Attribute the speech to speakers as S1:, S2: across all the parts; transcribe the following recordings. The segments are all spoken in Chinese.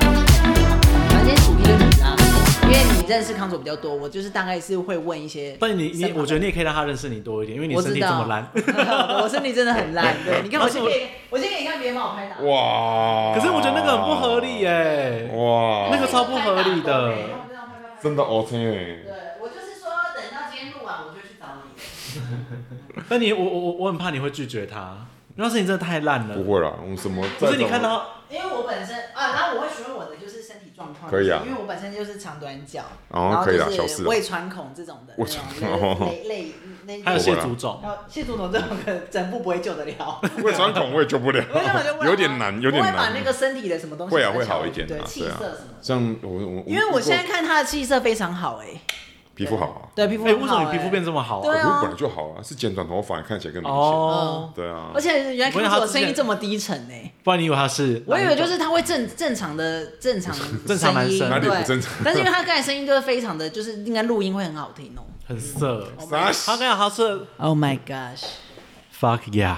S1: 反正属于的你啦，因为你认识康佐比较多，我就是大概是会问一 些身
S2: 不
S1: 旁
S2: 然
S1: 的。
S2: 你你，我觉得你也可以让他认识你多一点，因为你
S1: 我
S2: 身体
S1: 知
S2: 这
S1: 道
S2: 么烂。
S1: 我身体真的很 烂，对，你看我
S2: 而且
S1: 就
S2: 我
S1: 可以，我就可以看别人帮我拍打，
S3: 哇！
S2: 可是我觉得那个很不合理耶。
S3: 哇，
S2: 那个超不合理的
S3: 真的 OK
S1: 对
S3: 哎，
S1: 我就是说，等到今天录完，我就去找你。
S2: 那你我我我我很怕你会拒绝他，因为是你真的太烂了
S3: 不。会啦，我们什么？
S2: 不是你看，到
S1: 因为我本身啊，然后我会询问我的就是身体状况，
S3: 可以啊
S1: 因为我本身就是长短脚，
S3: 哦
S1: 然后
S3: 可以啊
S1: 就
S3: 小事
S1: 是
S3: 啊
S1: 胃穿孔这种的，那
S3: 胃
S1: 种
S3: 穿孔
S1: 就是类类那
S2: 还有
S3: 我
S2: 蟹
S3: 会啦
S2: 足肿，
S1: 然后谢祖总这种可能整部不会救得了，
S3: 胃穿 孔我也救不了
S1: 我根本就问，他
S3: 有点难，有点
S1: 不会把那
S3: 难
S1: 个。身体的什么东西
S3: 会啊
S1: 把它
S3: 会好
S1: 调
S3: 一点啊
S1: 对
S3: 对啊
S1: 气色什么的。
S3: 像我我，
S1: 因为我现在看他的气色非常好哎、
S3: 皮肤好啊，
S1: 对皮肤
S2: 哎，
S1: 很
S2: 为什
S1: 好
S2: 么你皮肤变这么好
S1: 对
S2: 啊？
S3: 我
S1: 啊
S3: 皮肤本来就好啊，是剪短头发看起来更明显。
S2: 哦，
S3: 对啊
S1: 而，且原来
S2: 我以为他
S1: 康佐
S2: 之
S1: 声
S2: 前
S1: 音这么低沉哎、
S2: 不然你以为他是？
S1: 我以为就是他会正正常的正常
S2: 正常男
S1: 声音
S2: 生
S3: 哪里不
S1: 对，
S3: 正常？
S1: 但是因为他刚才声音就是非常的，就是应该录音会很好听 哦、
S2: 很色。
S3: 啥？
S2: 他刚才他是
S1: Oh my gosh！
S2: fuck yeah，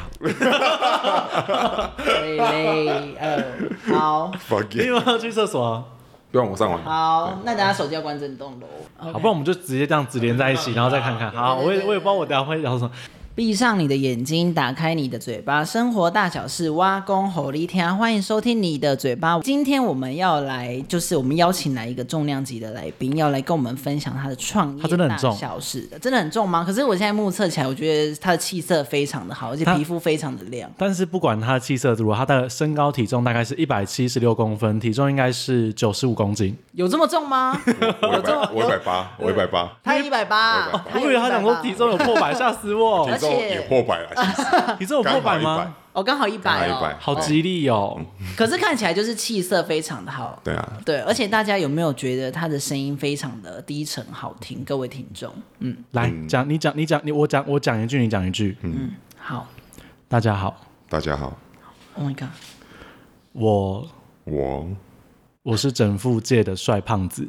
S1: 累累哦，好
S3: fuck
S2: 你
S3: it
S2: 有没有去厕所啊？
S3: 不然我上完。
S1: 好，那等下手机要关震动喽。
S2: 好，不然我们就直接这样子连在一 起，然后再看看。好，我也我也不知道我等一下会聊什么。
S1: 闭上你的眼睛，打开你的嘴巴，生活大小事，挖工吼力天，啊欢迎收听你的嘴巴。今天我们要来，就是我们邀请来一个重量级的来宾，要来跟我们分享他的创业
S2: 他真的很重
S1: 大小事的，真的很重吗？可是我现在目测起来，我觉得他的气色非常的好，而且
S2: 他
S1: 皮肤非常的亮。
S2: 但是不管他的气色如何，他的身高体重大概是一百七十六公分，体重应该是九十五公斤。
S1: 有这么重 吗？
S3: 我一百，我一百八，我一百八，
S1: 他一百八，
S3: 哦
S2: 我以为他想说体重有破百，吓死 我！哎
S3: 体重也破百了，其实
S2: 体重有啊破
S3: 刚好
S2: 百
S3: 一
S2: 吗
S3: 百？，
S1: 哦，刚好一
S3: 刚好
S1: 百
S3: 一
S1: 哦
S3: 百，，
S2: 好吉利哦！
S1: 可是看起来就是气色非常的好。
S3: 对啊，
S1: 对，而且大家有没有觉得他的声音非常的低沉好听？各位听众，嗯，
S2: 来讲，你讲，你讲，你我讲，我讲一句，你讲一句。
S1: 好
S2: 大家好，
S3: 大家好，
S1: ，Oh my god，
S2: 我
S3: 我
S2: 我是整副界的帅胖 子，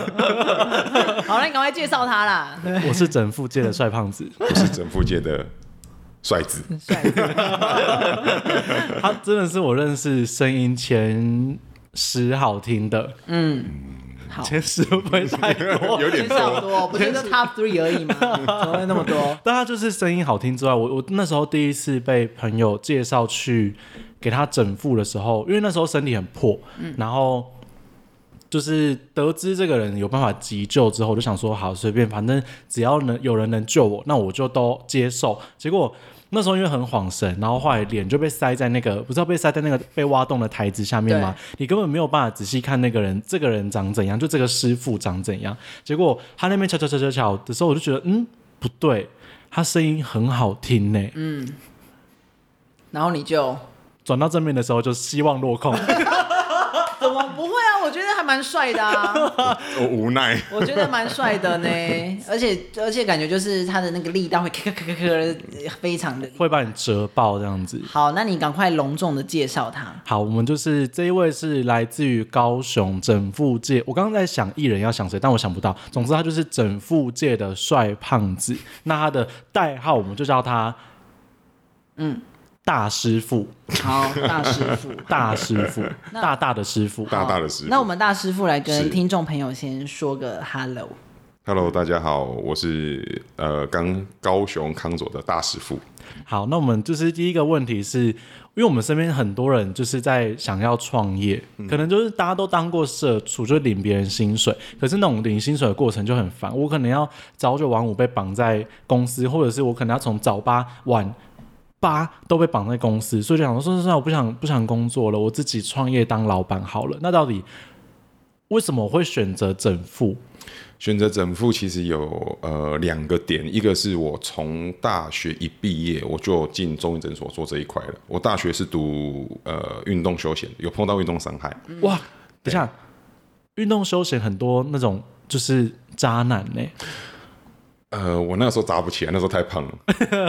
S1: 好了，那你赶快介绍他啦，
S2: 我是整副界的帅胖子。
S3: 我是整复界的帅子，
S1: 帅哥
S2: 他真的是我认识声音前十好听的，
S1: 嗯好，
S2: 前十会不会太多？
S3: 有点
S1: 介绍
S3: 多。
S1: 多，不是就 top three 而已吗？ 怎么会那么多？
S2: 但他就是声音好听之外，我我那时候第一次被朋友介绍去给他整腹的时候，因为那时候身体很破，然后就是得知这个人有办法急救之后，我就想说好随便，反正只要能有人能救我，那我就都接受。结果那时候因为很恍神，然后后来脸就被塞在那个不知道被塞在那个被挖洞的台子下面吗？你根本没有办法仔细看那个人，这个人长怎样，就这个师傅长怎样。结果他那边敲敲敲敲敲的时候，我就觉得嗯不对，他声音很好听呢。
S1: 然后你就
S2: 转到正面的时候就希望落空，
S1: 怎么不会啊？我觉得还蛮帅的啊，
S3: 我无奈，
S1: 我觉得蛮帅的呢，而且而且感觉就是他的那个力道会咔咔咔咔咔，非常的厉害。
S2: 会把你折爆这样子。
S1: 好，那你赶快隆重的介绍他。
S2: 好，我们就是这一位是来自于高雄整复界，我刚刚在想艺人要想谁，但我想不到。总之他就是整复界的帅胖子，那他的代号我们就叫他，嗯，大师傅，
S1: 好，大师傅，
S2: 大师傅，大大的师傅。
S3: 大大的师傅
S1: 那我们大师傅来跟
S3: 是
S1: 听众朋友先说个 hello。
S3: Hello，大家好，我是呃刚高雄康佐的大师傅。
S2: 好，那我们就是第一个问题是，因为我们身边很多人就是在想要创业，可能就是大家都当过社畜，就是领别人薪水，可是那种领薪水的过程就很烦。我可能要早九晚五被绑在公司，或者是我可能要从早八晚。八都被绑在公司，所以就想说，算算算，我不想不想工作了，我自己创业当老板好了。那到底为什么我会选择整副？
S3: 选择整复其实有呃两个点，一个是我从大学一毕业我就进中医诊所做这一块了。我大学是读呃运动休闲，有碰到运动伤害，
S2: 哇，等一下，运动休闲很多那种就是渣男呢、
S3: 呃，我那个时候砸不起来，那时候太胖了。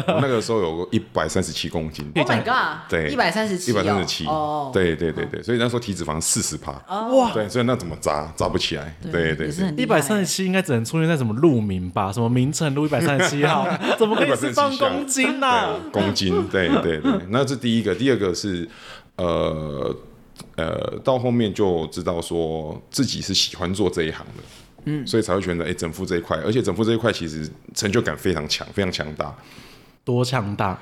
S3: 我那个时候有一百三十七公斤，
S1: Oh my god！
S3: 对，
S1: 一百三十七，
S3: 一百三十七
S1: 哦，，
S3: 对对对对，所以那时候体脂肪四十趴，
S2: 哇，
S3: 对，所以那怎么砸砸不起来？对对
S1: 也是
S3: 对，
S1: 很
S2: 一
S1: 厉害
S2: 百三十
S3: 欸
S2: 七应该只能出现在什么路名吧，什么明城 路一百三十七号，怎么可以是放公斤啊呢、
S3: 对公斤， 对对对，那是第一个，第二个是呃呃，到后面就知道说自己是喜欢做这一行的，嗯，所以才会觉得哎、诶整复这一块，而且整复这一块其实成就感非常强，非常强大。
S2: 多强大！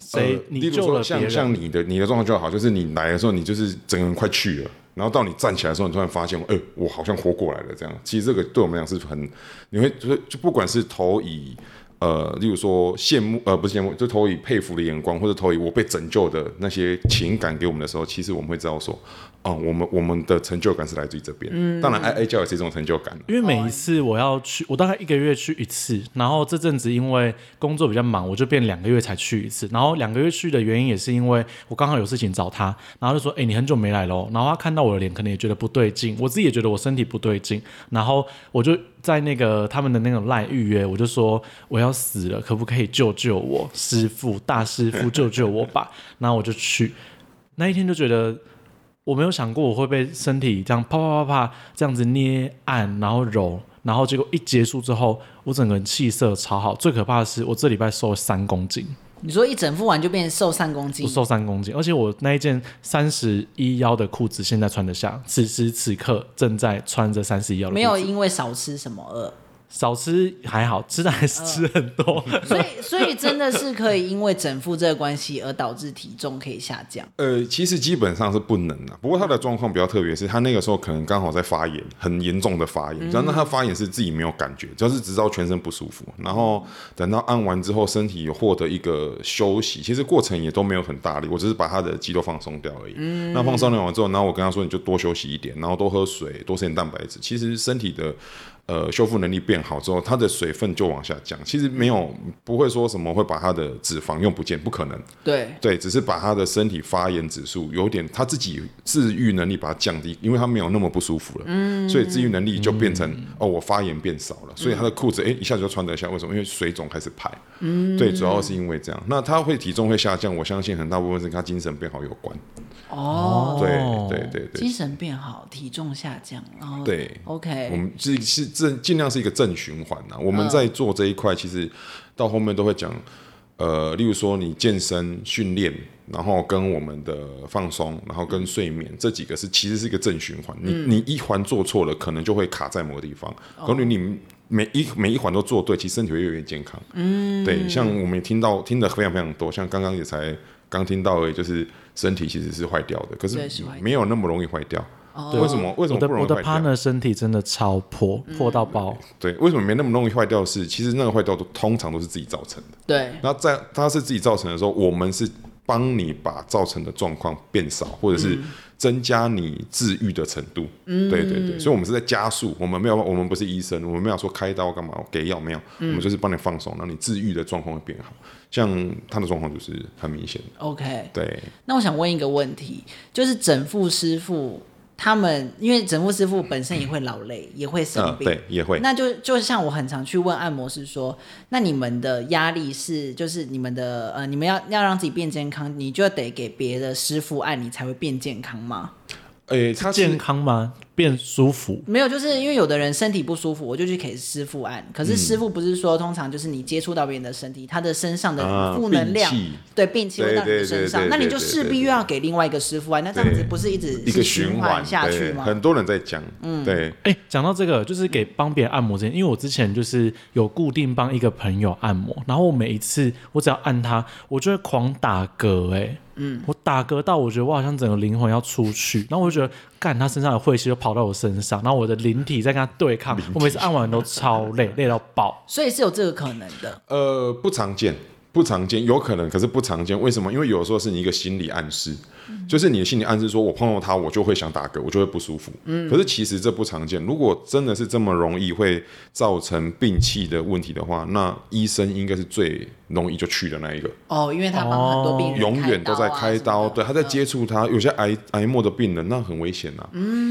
S2: 谁、
S3: 呃
S2: 你
S3: 例如
S2: 救
S3: 说
S2: 了别
S3: 像
S2: 人？
S3: 像你的你的状况就好，就是你来的时候，你就是整个人快去了，然后到你站起来的时候，你突然发现，哎、我好像活过来了这样。其实这个对我们俩是很，你会就是就不管是投以呃，例如说羡慕呃不是羡慕，就投以佩服的眼光，或者投以我被拯救的那些情感给我们的时候，其实我们会知道说，啊、我们我们的成就感是来自于这边。
S2: 嗯
S3: 当然哀哀叫也是一种成就感。啊
S2: 因为每一次我要去，我大概一个月去一次，然后这阵子因为工作比较忙，我就变两个月才去一次。然后两个月去的原因也是因为我刚好有事情找他，然后就说：“哎、你很久没来喽。”然后他看到我的脸，可能也觉得不对劲，我自己也觉得我身体不对劲。然后我就在那个他们的那个赖预约，我就说：“我要死了，可不可以救救我，师傅大师傅救救我吧？”然后我就去，那一天就觉得我没有想过我会被身体这样啪啪啪啪这样子捏按，然后揉，然后结果一结束之后，我整个人气色超好。最可怕的是，我这礼拜瘦了三公斤，
S1: 你说一整副完就变成瘦三公
S2: 我
S1: 斤，
S2: 瘦三公斤，而且我那一件三十一腰的裤子现在穿得下，此时此刻正在穿着三十一腰的裤子。
S1: 没有因为少吃什么而。
S2: 少吃还好，吃的还是吃很 多。
S1: 所以，所以真的是可以因为整副这个关系而导致体重可以下降。
S3: 呃，其实基本上是不能的。不过他的状况比较特别，是他那个时候可能刚好在发炎，很严重的发炎。然后、那他发炎是自己没有感觉，就是直到全身不舒服。然后等到按完之后，身体有获得一个休息，其实过程也都没有很大力，我只是把他的肌肉放松掉而已。那放松掉完之后，然后我跟他说，你就多休息一点，然后多喝水，多吃点蛋白质。其实身体的。呃，修复能力变好之后，它的水分就往下降。其实没有，不会说什么会把它的脂肪用不见，不可能。
S1: 对，
S3: 对，只是把他的身体发炎指数有点，他自己治愈能力把它降低，因为他没有那么不舒服了，所以治愈能力就变成、哦，我发炎变少了，所以他的裤子哎、诶一下子就穿得下，为什么？因为水肿开始排，对，主要是因为这样。那他会体重会下降，我相信很大部分是跟他精神变好有关，
S1: 哦，
S3: 对
S2: 哦
S3: 对对对
S1: 精神变好，体重下降，然后
S3: 对。我
S1: ，OK，
S3: 们是是正尽量是一个正循环啊呐、我
S1: 嗯
S3: 们在做这一块，其实到后面都会讲，呃，例如说你健身训练，然后跟我们的放松，然后跟睡眠这几个是其实是一个正循环。你、
S1: 嗯
S3: 你一环做错了，可能就会卡在某个地方。
S1: 哦
S3: 可能你每一每一环都做对，其实身体会越来越健康。嗯，对，像我们也听到听的非常非常多，像刚刚也才。刚听到而已，就是身体其实是坏掉的，可是
S1: 对是坏掉哦
S3: 没有那么容易坏掉。为什么？为什
S2: 我
S3: 么
S2: 的
S3: 不容
S2: 我
S3: 易坏
S2: 的
S3: 掉？嗯
S2: partner 身体真的超破，
S1: 嗯
S2: 破到爆。
S3: 对，为什么没那么容易坏掉是？其实那个坏掉都通常都是自己造成的。
S1: 对，
S3: 那在它是自己造成的时候，我们是帮你把造成的状况变少，或者
S1: 嗯
S3: 是增加你治愈的程度。嗯，对对对，所以我们是在加速，我们没有，我们不是医生，我们没有说开刀干嘛，给药没有，
S1: 嗯
S3: 我们就是帮你放松，让你治愈的状况会变好。像他的状况就是很明显，
S1: OK，
S3: 对，
S1: 那我想问一个问题，就是整副师傅他们，因为整副师傅本身也会劳累，也会生
S3: 嗯，
S1: 病，
S3: 对，也会。
S1: 那就就像我很常去问按摩师说，那你们的压力是，就是你们的呃，你们要要让自己变健康，你就得给别的师傅按，你才会变健康吗？呃
S3: 诶，他是
S2: 健康吗？变舒服？
S1: 没有，就是因为有的人身体不舒服，我就去给师傅按。可
S3: 嗯
S1: 是师傅不是说，通常就是你接触到别人的身体，他的身上的
S3: 啊
S1: 负能量，
S3: 病气
S1: 对病气会到你的身上，
S3: 对对对对
S1: 那你就势必又要给另外一个师傅按。那这样子
S3: 对
S1: 不是一直
S3: 一个
S1: 是循
S3: 环
S1: 下去
S3: 对
S1: 吗？嗯
S3: 很多人在讲，对，
S2: 哎、讲到这个，就是给帮别人按摩这件，因为我之前就是有固定帮一个朋友按摩，然后我每一次我只要按他，我就会狂打嗝、哎，嗯，我打嗝到我觉得我好像整个灵魂要出去，然后我就觉得，干他身上的晦气就跑到我身上，然后我的灵体在跟他对抗，我每次按完都超累，累到爆。
S1: 所以是有这个可能的。
S3: 呃，不常见，不常见，有可能，可是不常见。为什么？因为有时候是你一个心理暗示，就是你的心理暗示说，我碰到它，我就会想打嗝，我就会不舒服。可是其实这不常见。如果真的是这么容易会造成病气的问题的话，那医生应该是最容易就去的那一个。
S1: 哦，因为他帮很多病人、
S3: 永远都在开刀，对，他在。接触他，有些癌癌末的病人，那很危险呐、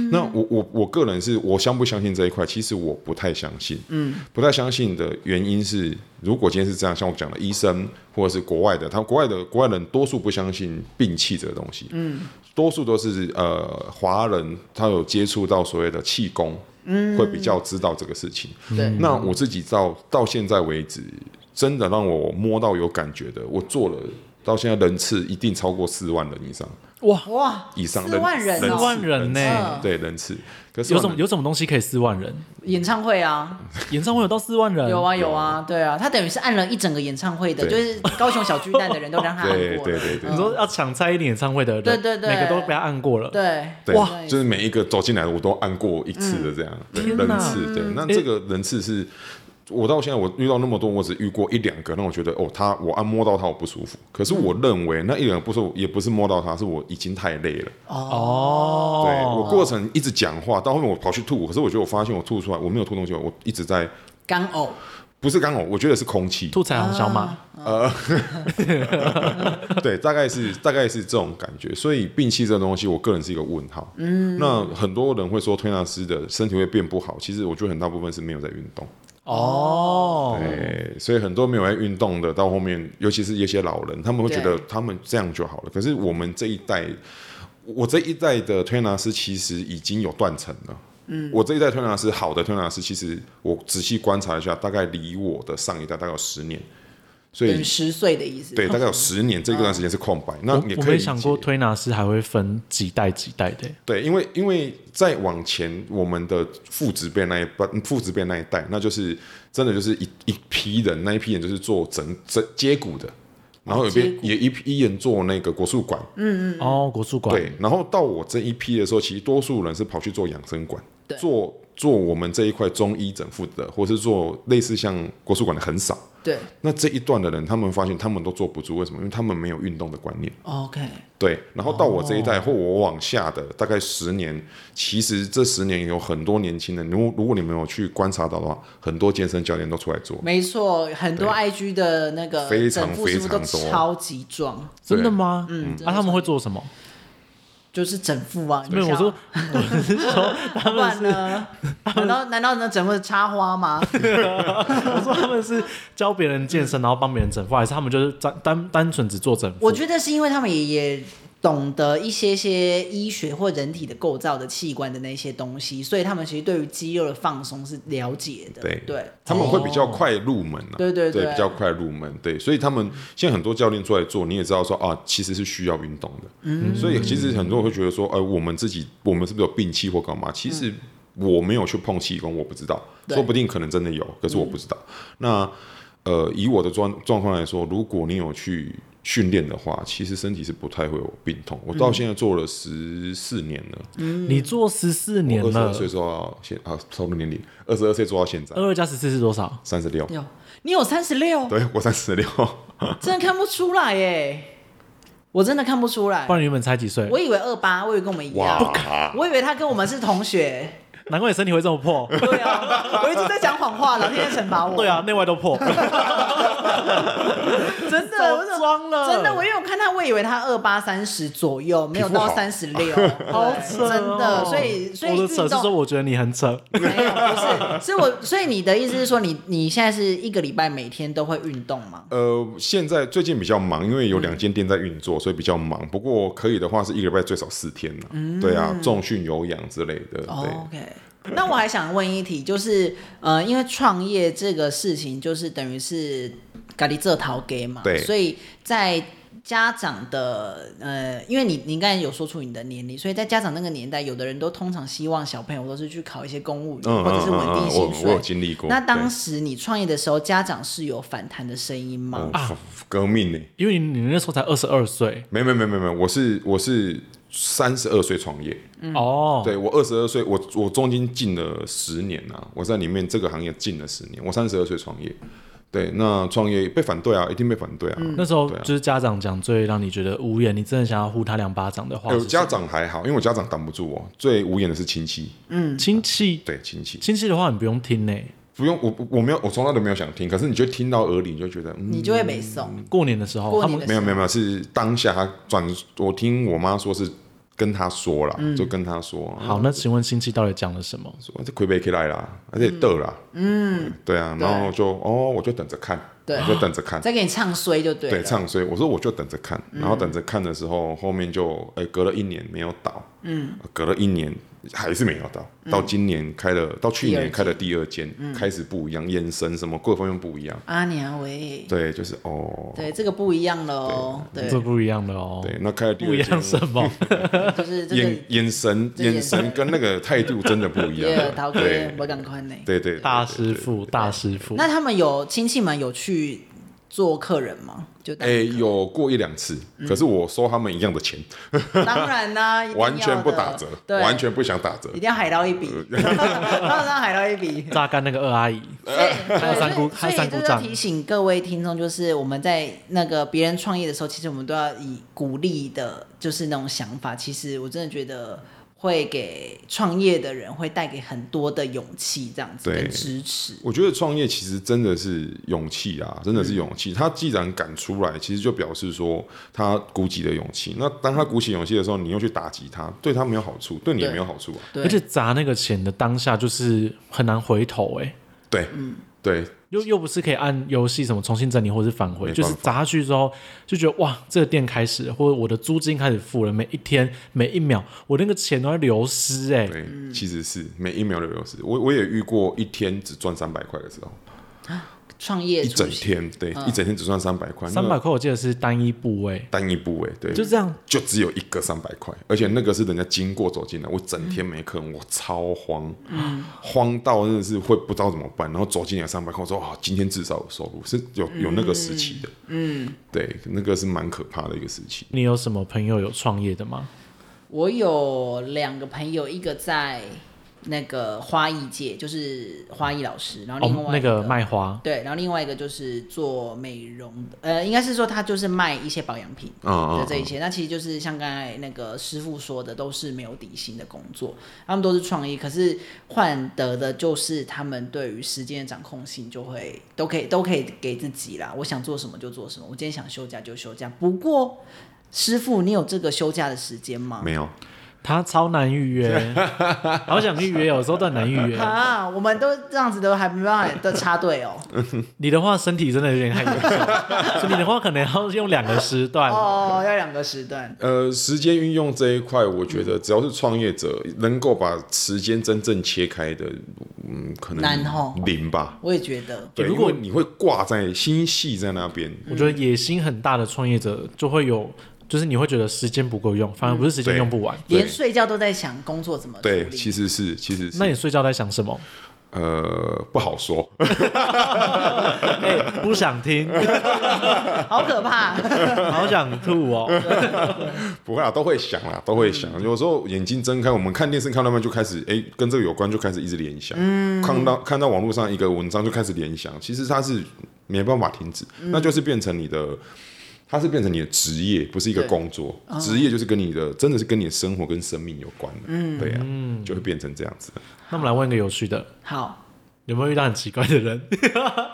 S3: 那我我我个人是我相不相信这一块，其实我不太相信。嗯，不太相信的原因是，如果今天是这样，像我讲的医生或者是国外的，他们国外的国外人多数不相信病气这个东西。嗯，多数都是呃华人，他有接触到所谓的气功，嗯，会比较知道这个事情。
S2: 嗯
S1: 对，
S3: 那我自己到到现在为止，真的让我摸到有感觉的，我做了到现在人次一定超过四万人以上，
S2: 哇，
S1: 哇，
S3: 以上
S1: 四万人
S2: 四
S1: 哦，
S2: 万人呢、
S1: 嗯
S3: 对人次。可是
S2: 有什么有什么东西可以四万人？
S1: 演唱会啊，
S2: 演唱会有到四万人？
S1: 有啊有啊，对啊，他等于是按了一整个演唱会的，就
S3: 嗯对
S1: 是高雄小巨蛋的人都让他按
S3: 对
S1: 过
S3: 对
S1: 了，
S3: 对对
S2: 你说要抢蔡依林演唱会的人，
S1: 对对对
S2: 每个都被他按过了。
S1: 对
S3: 对，
S1: 哇
S3: 就是每一个走进来我都按过一次的这样，
S2: 嗯天
S3: 对
S2: 哪
S3: 人次，对，那这个人次是。我到现在我遇到那么多，我只遇过一两个让我觉得哦，他我按摸到他我不舒服。可是我认为那一两个不是我也不是摸到他，是我已经太累了。
S2: 哦，
S3: 对我过程一直讲话，到后面我跑去吐，可是我觉得我发现我吐出来我没有吐东西，我一直在
S1: 干呕，
S3: 不是干呕，我觉得是空气。
S2: 吐彩虹小马，
S3: 对，大概是大概是这种感觉。所以病气这东西，我个人是一个问号。嗯，那很多人会说推拿师的身体会变不好，其实我觉得很大部分是没有在运动。
S1: 嗯
S2: 哦，
S3: 哎，所以很多没有在运动的，到后面，尤其是一些老人，他们会觉得
S1: 对
S3: 他们这样就好了。可是我们这一代，我这一代的推拿师其实已经有断层了。嗯，我这一代推拿师，好的推拿师，其实我仔细观察一下，大概离我的上一代大概有十年，所
S1: 等于
S3: 以
S1: 十岁的意思，
S3: 对，大概有十年这段时间是空白。那
S2: 我
S3: 你
S2: 我
S3: 可
S2: 没
S3: 以理
S2: 想
S3: 解
S2: 过推拿师还会分几代几代的、
S3: 对，因为因为再往前，我们的父职辈那一代，父职辈那一代，那就是真的就是一一批人，那一批人就是做整整接骨的，然后有
S1: 接
S3: 边
S1: 骨嗯
S3: 也一批一人做那个国术馆，
S2: 哦，国术馆，
S3: 对，然后到我这一批的时候，其实多数人是跑去做养生馆
S1: 对，
S3: 做做我们这一块中医整复的，或是做类似像国术馆的很少。
S1: 对
S3: 那这一段的人，他们发现他们都做不住，为什么？因为他们没有运动的观念。
S1: ，OK，
S3: 对，然后到我这一代、或我往下的大概十年，其实这十年有很多年轻人，如果如果你们有去观察到的话，很多健身教练都出来做。
S1: 没错，很多 IG 的那个
S3: 非常
S1: 整复师傅都
S3: 非常多
S1: 超级壮，
S2: 真的吗？嗯，
S1: 真的
S2: 啊，他们会做什么？
S1: 就是整副啊，
S2: 没有，我说
S1: 他们呢？ 难道难道能整副是插花吗？
S2: 我说他们是教别人健身，然后帮别人整复，还是他们就是单单单纯只做整复？
S1: 嗯我觉得是因为他们也也懂得一些些医学或人体的构造的器官的那些东西，所以他们其实对于肌肉的放松是了解的。
S3: 对
S1: 对
S3: 他们会比较快入门啊，
S1: 哦对对对
S3: 对，比较快入门，对，所以他们现在很多教练出来做，你也知道说啊，其实是需要运动的，嗯，所以其实很多人会觉得说，哎、我们自己我们是不是有病气或干嘛？其实我没有去碰气功，我不知道，
S1: 嗯对嗯
S3: 说不定可能真的有，可是我不知道。那呃，以我的状状况来说，如果你有去训练的话，其实身体是不太会有病痛。我
S1: 嗯
S3: 到现在做了十四年了，
S2: 你做十四年
S3: 嗯我二十
S2: 了
S3: 二，岁做到现啊，差不多年龄，二十二岁做到现在
S1: 嗯
S2: 二二加十四是多少？
S3: 三十六。
S1: 有哎你有三十六，
S3: 对我 三十六，
S1: 真的看不出来耶，我真的看不出来
S2: 不。然你原本才几岁？
S1: 我以为二八，我以为跟我们一样，
S3: 哇！
S1: 我以为他跟我们是同 学。
S2: 难怪你身体会这么破。
S1: 对啊， 我一直在讲谎话，老天在惩罚我。
S2: 对啊，内外 都破。
S1: 真的，我怎么
S2: 装了
S1: 真的，我因为我看他，我以为他二八三十左右，没有
S3: 皮肤
S1: 到
S3: 好
S1: 三十六，
S2: 好
S1: 对
S2: 扯哦
S1: 真的，所以所以
S2: 我
S1: 运
S2: 的扯是说，
S1: 动
S2: 我觉得你很扯。
S1: 没有不是，所以我所以你的意思是说你，你现在是一个礼拜每天都会运动吗？
S3: 呃，现在最近比较忙，因为有两间店在运作，所以比较忙。不过可以的话，是一个礼拜最少四天呢、对啊，重训、有氧之类的。对，
S1: 嗯哦 OK，那我还想问一题，就是呃，因为创业这个事情，就是等于是咖喱这陶给嘛，
S3: 对
S1: 所以在家长的呃，因为你你刚才有说出你的年龄，所以在家长那个年代，有的人都通常希望小朋友都是去考一些公务员、
S3: 嗯
S1: 或者
S3: 嗯
S1: 哦是
S3: 嗯
S1: 稳定
S3: 嗯，
S1: 薪
S3: 我我
S1: 水。
S3: 有经历过。
S1: 那
S3: 对
S1: 当时你创业的时候，家长是有反弹的声音吗？
S3: 哦革命呢、
S2: 因为你你那时候才二十二岁
S3: 没没没没没，我是我是三十二岁创业，
S1: 嗯
S2: 哦，
S3: 对我二十二岁，我我中间进了十年啊，我在里面这个行业进了十年，我三十二岁创业。对，那创业被反对啊，一定被反对啊。
S2: 那时候
S3: 对啊
S2: 就是家长讲最让你觉得无言，你真的想要呼他两巴掌的话
S3: 有、
S2: 是什
S3: 哎家
S2: 么，
S3: 长还好，因为我家长挡不住我，最无言的是亲戚。
S2: 亲戚
S3: 对亲戚，
S2: 亲戚的话你不用听呢、
S3: 不用，我我没有，我从来都没有想听，可是你就听到耳里，你就觉得，嗯，
S1: 你就会被送。
S2: 过年的时候
S1: 过
S2: 他
S1: 年的
S2: 们
S3: 没有没有没有，是当下他转，我听我妈说是跟他说啦，
S1: 嗯
S3: 就跟他说，啊
S2: 好，那请问亲戚到底讲了什么？
S3: 说哎这魁北克来啦，而且得啦，嗯，对啊，
S1: 对
S3: 然后就哦，我就等着看，
S1: 对
S3: 我就等着看，
S1: 再给你唱衰就对了。
S3: 对，嗯唱衰，我说我就等着看，然后等着看的时候，后面就哎隔了一年没有倒，嗯，隔了一年还是没有倒，到今年开了，到去
S1: 第二
S3: 年
S1: 间
S3: 开了第二间，嗯开始不一样，眼神什么各方面不一样，
S1: 阿娘啊喂，
S3: 对，就是哦，
S1: 对，这个不一样喽，对，
S2: 这不一样的哦，
S3: 对，那开了第
S2: 不一
S3: 二
S2: 样
S3: 间。
S2: 什么？
S1: 就是这
S3: 眼
S1: 个
S3: 眼神、
S1: 这眼
S3: 眼神跟那个态度真的不一
S1: 也
S3: 样，
S1: 逃
S3: 对
S1: 开，我赶快呢。
S3: 对对，对
S2: 大师傅，大师傅，
S1: 那他们有亲戚们有去做客人吗？就当
S3: 诶，哎有过一两次，可是我收他嗯们一样的钱，
S1: 当然 啦，一定要的
S3: 完全不打折，
S1: 对，
S3: 完全呃不想打折
S1: 一。定要海捞一笔， 当然海捞一笔。
S2: 榨干那个二阿姨，
S3: 呃
S1: 对
S2: 还有三
S1: 所
S2: 姑
S1: 以所
S2: 还有
S1: 以
S2: 三姑
S1: 就是要
S2: 丈
S1: 提醒各位听众，就是我们在那个别人创业的时候，其实我们都要以鼓励的，就是那种想法。其实我真的觉得会给创业的人会带给很多的勇气，这样子
S3: 对
S1: 跟支持。
S3: 我觉得创业其实真的是勇气啊，真的是勇气。他既然敢出来，其实就表示说他鼓起了勇气。那当他鼓起勇气的时候，你又去打击他，对他没有好处，对你也
S1: 对
S3: 没有好处啊。
S1: 对，
S2: 而且砸那个钱的当下就是很难回头哎、
S3: 对，对，
S2: 又又不是可以按游戏什么重新整理或是返回，
S3: 没办
S2: 就
S3: 法
S2: 是砸下去之后就觉得哇，这个店开始了，或者我的租金开始付了，每一天每一秒我那个钱都在流失哎、
S3: 对，其实是每一秒的流失。我我也遇过一天只赚三百块的时候，
S1: 创业
S3: 一
S1: 初
S3: 整
S1: 心
S3: 天，对，一整天只赚三百块，
S2: 三百块我记得是单一部位，
S3: 单一部位，对，
S2: 就这样，
S3: 就只有一个三百块，而且那个是人家经过走进来，我整天没客人，我超慌，慌到真的是会不知道怎么办。然后走进来三百块，我说啊，今天至少有收入，是有有那个时期的，嗯，对，那个是蛮可怕的一个时期。
S2: 你有什么朋友有创业的吗？
S1: 我有两个朋友，一个在那个花艺界，就是花艺老师，然后另
S2: 哦，
S1: 外
S2: 那
S1: 一个、
S2: 个卖花，
S1: 对，然后另外一个就是做美容的，呃，应该是说他就是卖一些保养品
S2: 哦
S3: 啊啊
S1: 的
S3: 啊
S1: 这一些。那其实就是像刚才那个师傅说的，都是没有底薪的工作，他们都是创意，可是换得的就是他们对于时间的掌控性就会都可以都可以给自己啦。我想做什么就做什么，我今天想休假就休假。不过师傅，你有这个休假的时间吗？
S3: 没有，
S2: 他超难预约，好想预约哦，有时候都很难预约。
S1: 啊，我们都这样子都还没办法都插队哦。
S2: 你的话身体真的有点太严重，所以你的话可能要用两个时段。
S1: 哦，要两个时段。
S3: 呃，时间运用这一块，我觉得只要是创业者能够把时间真正切开的，嗯，可
S1: 难哦
S3: 能零吧。
S1: 我也觉得，
S3: 对，
S2: 如果
S3: 因为你会挂在心系在那边，
S2: 我觉得野心很大的创业者就会有，就是你会觉得时间不够用，反而不是时间
S3: 对
S2: 用不完。
S1: 连
S3: 对
S1: 睡觉都在想工作怎么处理
S3: 对，其实是其实是
S2: 那你睡觉在想什么？
S3: 呃不好说。
S2: 哎、不想听，
S1: 好可怕。
S2: 好想吐哦。
S3: 不会啊，都会想啦，都会想。有时候眼睛睁开，我们看电视看到慢就开始，哎，跟这个有关就开始一直联想。看到看到网络上一个文章就开始联想，其实它是没办法停止，那就是变成你的。它是变成你的职业，不是一个
S1: 对
S3: 工作。职业就是跟你的，真的是跟你的生活跟生命有关的。嗯，对呀、就会变成这样子。
S2: 那我们来问一个有趣的，
S1: 好，
S2: 有没有遇到很奇怪的人？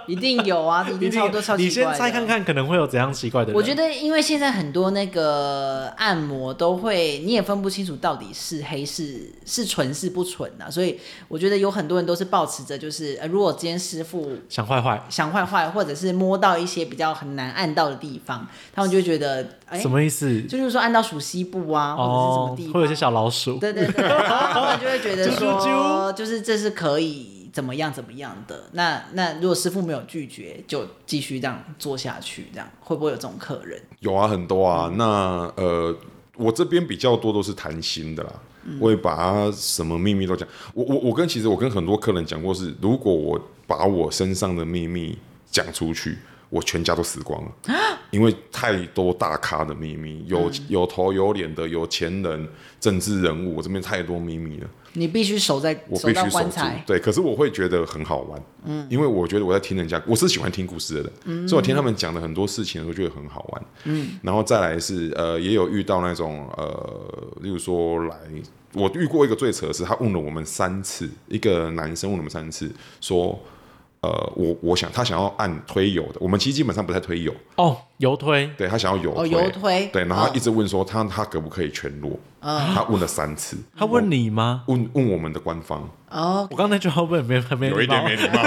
S1: 一定有啊，一定超多超
S2: 你
S1: 奇怪
S2: 先
S1: 的。
S2: 猜看看，可能会有怎样奇怪的人？
S1: 我觉得，因为现在很多那个按摩都会，你也分不清楚到底是黑是是纯是不纯啊，所以我觉得有很多人都是保持着，就是、呃、如果今天师傅
S2: 想坏坏，
S1: 想坏坏，或者是摸到一些比较很难按到的地方，他们就会觉得，哎、
S2: 什么意思？
S1: 就是说按到属西部啊，或者是什么
S2: 哦
S1: 地，方，
S2: 会有一些小老鼠。
S1: 对对对， 然后他们就会觉得
S2: 啾
S1: 说，
S2: 啾
S1: 就是这是可以怎么样怎么样的。那那如果师傅没有拒绝，就继续这样做下去，这样会不会有这种客人？
S3: 有啊，很多啊。那呃，我这边比较多都是谈心的啦，我也把他什么秘密都讲。我我我跟其实我跟很多客人讲过是，如果我把我身上的秘密讲出去。我全家都死光了，因为太多大咖的秘密，有有头有脸的有钱人、政治人物，我这边太多秘密了。
S1: 你必须守在
S3: 我
S1: 守
S3: 必
S1: 到
S3: 须守
S1: 棺
S3: 住
S1: 材。。
S3: 对，可是我会觉得很好玩，嗯，因为我觉得我在听人家，我是喜欢听故事的人，
S1: 嗯
S3: 所以我听他们讲的很多事情，我觉得很好玩，嗯。然后再来是呃，也有遇到那种呃，例如说来，我遇过一个最扯的是，他问了我们三次，一个男生问了我们三次，说呃，我我想他想要按推油的，我们其实基本上不太推油，
S2: 哦，油推，
S3: 对他想要油推，
S1: 哦油推嗯
S3: 对，然后
S1: 哦
S3: 他一直问说他他可不可以全裸，他问了三次，
S2: 他问你吗？
S3: 问问我们的官方，
S1: 哦，
S2: 我刚刚那句话问没没
S3: 有一点没礼 貌，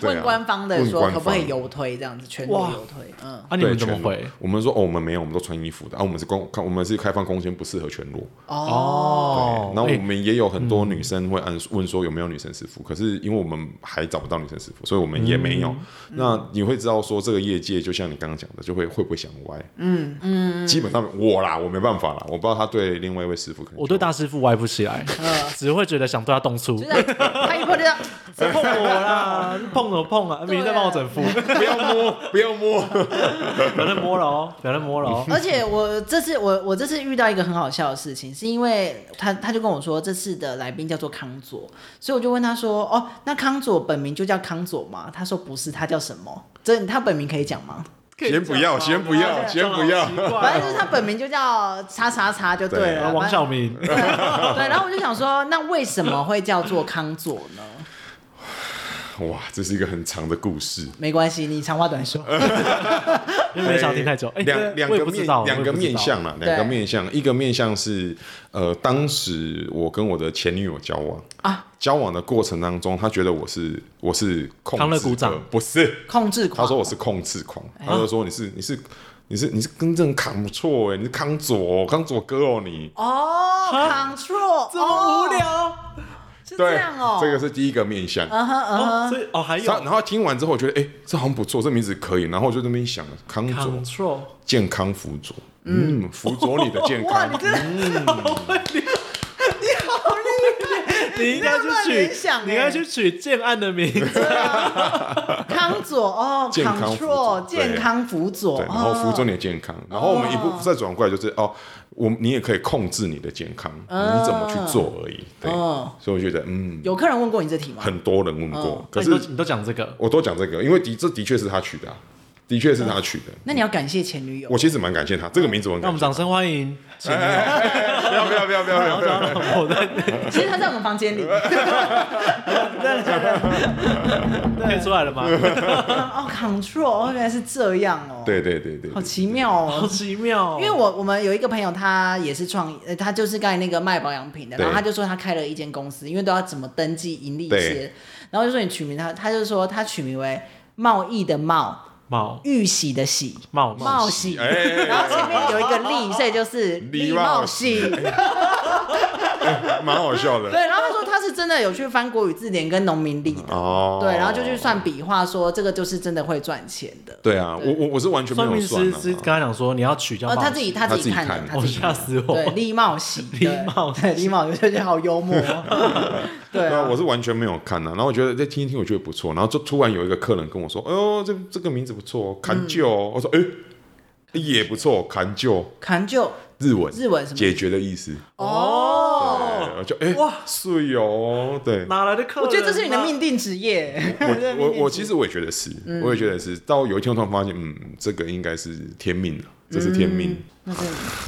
S3: 对啊
S1: 问官方的
S3: 问
S1: 说
S3: 官
S1: 可不可以
S3: 方
S1: 油推这样子，全裸油推，嗯，
S2: 啊？你
S3: 对，
S2: 们怎么
S3: 全裸
S2: 回？？
S3: 我们说哦，我们没有，我们都穿衣服的。啊，我们是公，我们是开放空间，不适合全裸。
S2: 哦
S3: 然后我
S2: 哎
S3: 们也有很多女生会按问说有没有女生师傅，可是因为我们还找不到女生师傅，所以我们也没有。那你会知道说这个业界，就像你刚刚讲的，就会会不会想歪？嗯嗯，基本上我啦，我没办法啦，我不知道他对另外一位师傅可能就，
S2: 我对大师傅歪不起来，只会觉得想对他动
S1: 嗯
S2: 粗，
S1: 就是他一碰就这样，
S2: 谁碰我啦？ 碰什么碰啊？明明在帮我整 腹，
S3: 不要摸，不要摸。
S2: 不要再摸了哦，不要再摸了哦。
S1: 而且我这次我我这次遇到一个很好笑的事情，是因为他他就跟我说这次的来宾叫做康佐，所以我就问他说哦，那康佐本名就叫康佐吗？他说不是，他叫什么？这他本名可以讲吗？
S3: 先不要先不要先不要
S1: 反正就是他本名就叫叉叉叉就对了。
S2: 他哦呃王晓明，
S1: 对，对然后我就想说，那为什么会叫做康佐呢？
S3: 哇，这是一个很长的故事。
S1: 没关系，你长话短说。
S2: 因为没想听太久。哎，
S3: 两两
S2: 我也
S3: 个
S2: 不知
S3: 面
S2: 道
S3: 两个面，
S2: 我
S3: 相啦，
S1: 对
S3: 两个面相，一个面相是呃，当时我跟我的前女友交往
S1: 啊，
S3: 交往的过程当中，她觉得我是我是控
S2: 康乐
S3: 制
S2: 鼓掌
S3: 的不是，
S1: 控制狂，
S3: 她说我是控制狂，
S1: 哎
S3: 她就说你是你是你是你是跟这人扛不错哎，你是康佐哦康佐哥哦你，
S1: 哦，control，
S2: 不知道这么无
S1: 哦，
S2: 聊。
S1: 是这
S3: 对
S1: 样哦，，
S3: 这个是第一个面相。
S1: 嗯哼嗯
S2: 哦
S1: 哼，
S2: 所以哦，还有
S3: 然后听完之后，我觉得哎、这好像不错，这名字可以。然后我就这么一想，康佐
S2: control，
S3: 健康辅佐，嗯，辅佐你的健
S1: 哇，
S3: 康
S1: 你，真的
S2: 你应该去
S1: 你这样乱
S2: 取
S1: 联想，
S2: 你应该
S1: 哎
S2: 去取建案的名字。
S1: 康佐哦
S3: 健康辅佐
S1: ，control 健康辅佐，
S3: 对，然后辅佐
S1: 哦
S3: 你的健康，然后我们一步再转过来就是哦，我你也可以控制你的健康，你怎么去做而已。对，
S1: 嗯哦
S3: 所以我觉得嗯，
S1: 有客人问过你这题吗？
S3: 很多人问过，可
S2: 那 你都
S3: 是
S2: 你都讲这个，
S3: 我都讲这个，因为的这的确是他取的啊、的确是他取的。
S1: 那你要感谢前女友
S3: 我，其实蛮感谢他这个名字，我很
S2: 那我们
S3: 感谢。
S2: 掌声欢迎。请
S3: 不要不 要不要不要不要！
S2: 我 在
S1: 其实她在我们房 间里，
S2: 念出来了吗？
S1: 哦，control，哦原来是这样哦，，
S3: 对对对对
S1: 好，奇妙哦
S2: 好。奇妙哦，
S1: 因为我我们有一个朋友，他也是创业，呃，他就是刚才那个卖保养品的，
S3: 对
S1: 然后他就说他开了一间公司，因为都要怎么登记盈利一
S3: 对
S1: 些，然后就说你取名他，他就说他取名为贸易的贸，
S2: 冒
S1: 玉玺的玺，
S2: 冒
S1: 冒喜，
S3: 哎哎哎
S1: 然后前面有一个利，所以 就是
S3: 利
S1: 利
S3: 茂
S1: 茂喜。
S3: 对，哎蛮好笑的
S1: 对，然后他说他是真的有去翻国语字典跟农民历的，
S3: 哦。
S1: 对，然后就去算笔画，说这个就是真的会赚钱的。
S3: 对啊，我我我是完全没
S2: 算
S3: 有
S2: 命
S3: 算
S2: 师
S3: 啊
S2: 是跟他讲说你要取消
S1: 哦，
S2: 冒
S1: 他自己他自己看的，
S3: 他自己看哦
S1: 他
S2: 我
S1: 自己
S2: 哦吓
S1: 看。
S2: 死我，
S1: 对，利茂喜，
S2: 利
S1: 对
S2: 茂喜
S1: 对，利茂，我就觉得好幽默哦。对
S3: 对啊，
S1: 啊
S3: 我，是完全没有看的、然后我觉得再哎听一听，我觉得不错。然后就突然有一个客人跟我说：“哎呦，这这个名字不错，
S1: 嗯
S3: 哦，砍旧、哦。我说：“哎、也不错，砍旧，
S1: 砍就
S3: 日文，
S1: 日文什么
S3: 解决的意思。
S1: 哦。
S3: 对，我就哎
S2: 哇
S3: 哇，睡哦，对。
S2: 哪来的客
S1: 我
S2: 人啊？
S1: 觉得这是你的命定职业。
S3: 我我我其实我也觉得是，
S1: 嗯
S3: 我也觉得是。到有一天我突然发现，嗯，这个应该是天命了，这是天命。
S1: 嗯那是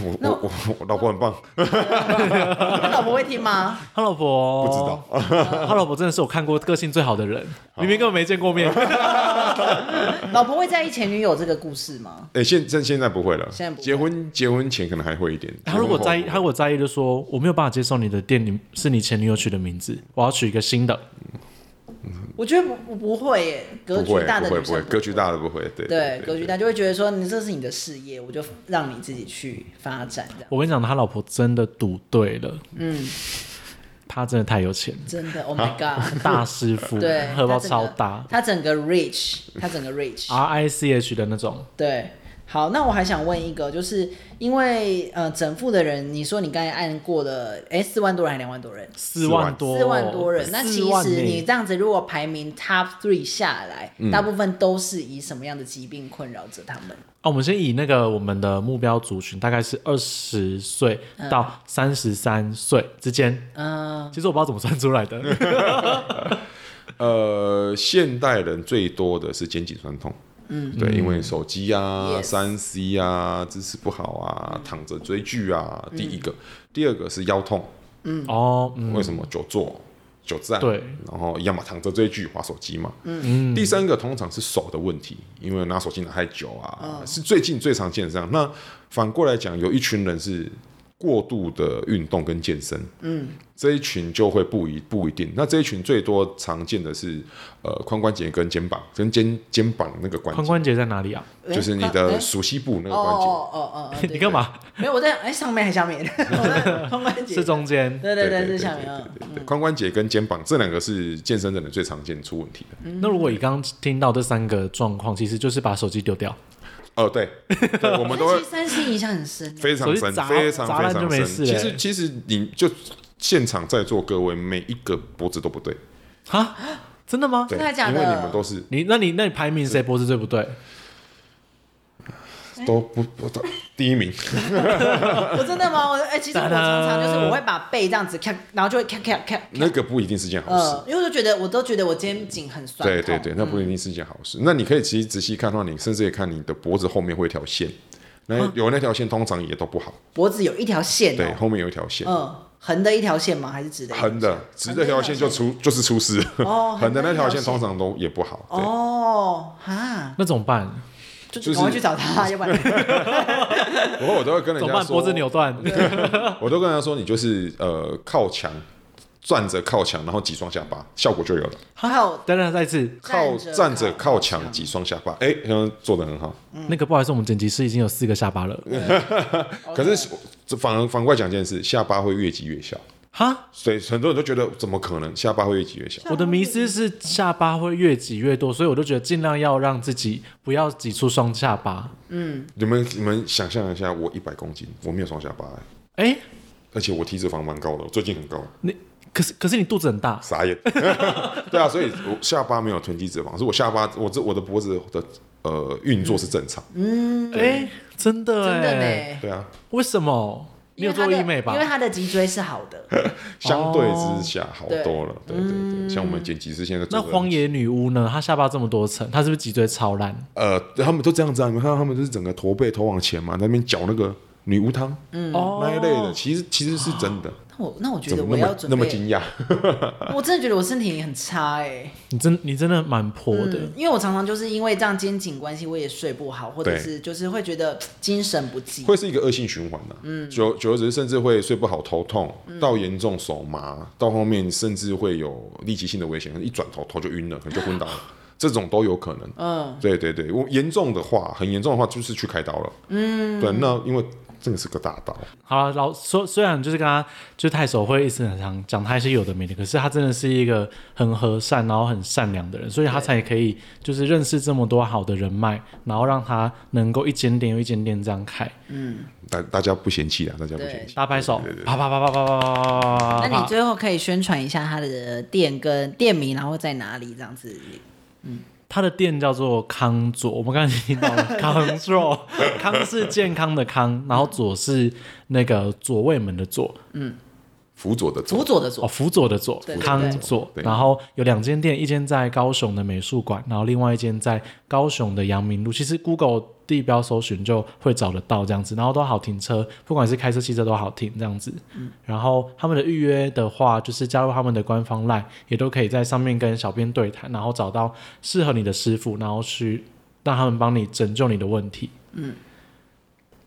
S3: 我
S1: 那哦
S3: 我我我老婆很棒，
S1: 他 老婆会听吗？
S2: 他老婆
S3: 不知道，
S2: 他老婆真的是我看过个性最好的人，明明根本没见过面。
S1: 老婆会在意前女友这个故事吗？
S3: 哎、现现现在不会了，
S1: 现在不会
S3: 结婚结婚前可能还会一点。
S2: 他如果
S3: 结婚后
S2: 在意，他如果在意，就说我没有办法接受你的店名是你前女友取的名字，我要取一个新的。
S1: 我觉得不不不会耶，格
S3: 不
S1: 局
S3: 会
S1: 大的
S3: 不会
S1: 女
S3: 不
S1: 生
S3: 会，格局大的不会，对
S1: 对格局大就会觉得说你这是你的事业，我就让你自己去发展这样。
S2: 我跟你讲，他老婆真的赌对了，嗯，他真的太有钱了，
S1: 真的，Oh my God！
S2: 大师傅，
S1: 对，
S2: 荷包
S1: 他整
S2: 超
S1: 个
S2: 大啊
S1: 他整个 rich，他整个 rich。
S2: ，R I C H 的那种。
S1: 对，好，那我还想问一个，就是因为呃，整副的人，你说你刚才按过的，哎，四万多人还是两万多人？
S2: 四万多，
S1: 四万多人，那
S2: 四
S1: 其
S2: 万
S1: 实你
S2: 呢
S1: 这样子如果排名 top three 下来，
S3: 嗯
S1: 大部分都是以什么样的疾病困扰着他们？
S2: 啊，我们先以那个我们的目标族群，大概是二十岁到三十三岁之间。
S1: 嗯、
S2: 其实我不知道怎么算出来的，
S3: 呃，现代人最多的是肩颈酸痛。嗯，对，因为手机啊、
S1: Yes
S3: 三 C 啊、姿势不好啊、躺着追剧啊，第一个，第二个是腰痛，
S2: 哦，嗯，
S3: 为什么久坐？久站，
S2: 对，
S3: 然后一样嘛，躺着追剧、划手机嘛。嗯，第三个通常是手的问题，因为拿手机拿太久
S1: 哦
S3: 啊，是最近最常见的这样。那反过来讲，有一群人是过度的运动跟健身，嗯，这一群就会不一不一定。那这一群最多常见的是呃髋关节跟肩膀跟肩肩膀那个关
S2: 髋
S3: 节，
S2: 关节在哪里啊？
S3: 就是你
S1: 哎
S3: 的熟膝部那
S1: 哦
S3: 个关节。
S1: 哦哦 哦，对
S2: 你干？嘛？
S1: 对没有，我在哎上面还下面， 我在髋关节
S2: 是中间？
S1: 对对对，是下面
S3: 对
S1: 啊。
S3: 对对对髋关节跟肩膀这两个是健身的人最常见出问题
S1: 嗯
S3: 的。
S2: 那如果你刚刚听到这三个状况，其实就是把手机丢掉，
S3: 哦，对，对我们都会
S1: 其实三星影响很深，欸
S3: 非常
S2: 手
S3: 深
S2: 机砸，
S3: 非常
S2: 砸
S3: 非
S2: 烂就
S3: 常
S2: 没
S3: 深。
S2: 事
S3: 其
S2: 欸
S3: 实其实你就现场在座各位每一个脖子都不对，
S2: 哈，真的吗？
S3: 对，
S1: 哦真的假的
S3: 因为你们都是
S2: 你那你那你排名谁脖子最不对？
S1: 哎
S3: 都不不都第一 名，
S1: 我真的吗？我哎、其实我常
S2: 哒哒
S1: 常就是我会把背这样子咔，然后就会咔咔咔，
S3: 那个不一定是件好事。
S1: 呃，嗯因为我就觉得我都觉得我肩颈很酸
S3: 对
S1: 痛，
S3: 对对，那不一定是件好事。那你可以其实仔细看的话，你甚至也看你的脖子后面会有一条线，那有那条线通常也都不好。
S1: 脖子嗯有一条线、
S3: 对，
S1: 哦，
S3: 后面有一条线
S1: 嗯、，横的一条线吗？还是直的一条线？
S3: 横的直的条线就出就是出事了，
S1: 哦
S3: 横的那条线
S1: 横的那条线
S3: 通常都也不好。对，
S1: 哦，哈，
S2: 那怎么办？
S1: 就
S3: 就是
S1: 赶快去找 他，要不然
S3: 然后我都会跟人
S2: 怎么
S3: 家
S2: 办？
S3: 说，
S2: 脖子扭断，
S3: 我都跟人家说，你就是呃靠墙站着靠墙，然后挤双下巴，效果就有了。
S1: 还有
S2: 等等，再一次，
S3: 靠站着靠
S1: 靠
S3: 墙
S1: 墙
S3: 挤双下巴，哎、嗯，做的很好。
S2: 那个不好意思，我们剪辑师已经有四个下巴了。
S1: 嗯
S3: 可是这反而反过来讲一件事，下巴会越挤越小，
S2: 哈，
S3: 所以很多人都觉得怎么可能下巴会越挤越小？
S2: 我的迷思是下巴会越挤越多，所以我就觉得尽量要让自己不要挤出双下巴。
S3: 你们你们想象一下，我一百公斤，我没有双下巴、哎
S2: 哎，
S3: 而且我体脂肪蛮高的，我最近很高。
S2: 你可是可是你肚子很大，
S3: 傻 眼。对啊，所以我下巴没有囤积脂肪，是我下巴我这我的脖子的呃运作是正常。
S2: 哎，
S1: 嗯真
S2: 真的
S1: 的
S2: 哎，
S1: 呢，
S3: 对啊，
S2: 为什么？
S1: 因
S2: 你有
S1: 为他
S2: 做
S1: 的
S2: 医美吧
S1: 因为？他的脊椎是好的，
S3: 相对之下好多
S1: 哦
S3: 了。对对对，
S1: 嗯
S3: 像我们剪辑师现在
S2: 那
S3: 做的
S2: 荒野女巫呢？她下巴这么多层，她是不是脊椎超烂？
S3: 呃，他们都这样子啊，你们看到他们就是整个驼背头往前嘛，那边搅那个女巫汤、
S2: 哦
S3: 那一类的，其实其实是真的。
S1: 那我那我嗯哦觉
S3: 怎
S1: 得
S3: 么
S1: 我
S3: 那
S1: 要
S3: 么
S1: 准
S3: 那么
S1: 备，
S3: 惊讶？
S1: 我真的觉得我身体很差哎、
S2: 你真你真的蛮破的。
S1: 因为我常常就是因为这样肩颈关系，我也睡不好，或者
S3: 对
S1: 是就是会觉得精神不济。
S3: 会是一个恶性循环的、嗯，久久而久之，甚至会睡不好、头痛，
S1: 嗯
S3: 到严重手麻，到后面甚至会有立即性的危险，可能一转头头就晕了，可能就昏 倒了。这种都有可能，嗯，对对对，我严重的话，很严重的话就是去开刀了，嗯，对，那因为这个是个大刀，
S2: 好了，老虽虽然就是跟他就是太守会一直很想讲他一些有的没的，可是他真的是一个很和善，然后很善良的人，所以他才可以就是认识这么多好的人脉，然后让他能够一间店又一间店这样开。
S3: 大大家不嫌弃啊啦，大家不嫌弃，
S2: 大拍手，啪啪啪啪啪啪啪啪啪
S1: 那
S2: 啪
S1: 你
S2: 啪。
S1: 最后可以宣传一下他的店跟店名，然后在哪里这样子？
S2: 他的店叫做康佐，我们刚才听到了康佐，康是健康的康，然后佐是那个左卫门的左，
S3: 辅佐的
S1: 辅
S3: 佐，
S1: 佐的
S2: 哦，
S1: 佐，
S2: 辅佐的佐
S1: 对，
S2: 康
S1: 对
S2: 佐。
S3: 对
S2: 然后有两间店，一间在高雄的美术馆，然后另外一间在高雄的阳明路。其实 Google 地标搜寻就会找得到这样子，然后都好停车，不管是开车、汽车都好停这样子。
S1: 嗯
S2: 然后他们的预约的话，就是加入他们的官方 LINE，也都可以在上面跟小编对谈，然后找到适合你的师傅，然后去让他们帮你拯救你的问题。嗯。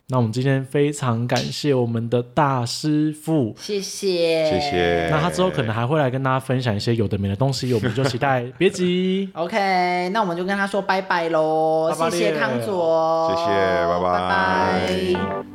S2: 那我们今天非常感谢我们的大师傅，
S1: 谢谢，
S3: 谢。谢。
S2: 那他之后可能还会来跟大家分享一些有的没的东西，我们就期待，别急。
S1: OK，那我们就跟他说拜拜喽，
S2: 拜拜
S1: 谢谢康佐，
S3: 谢谢拜拜
S1: 拜拜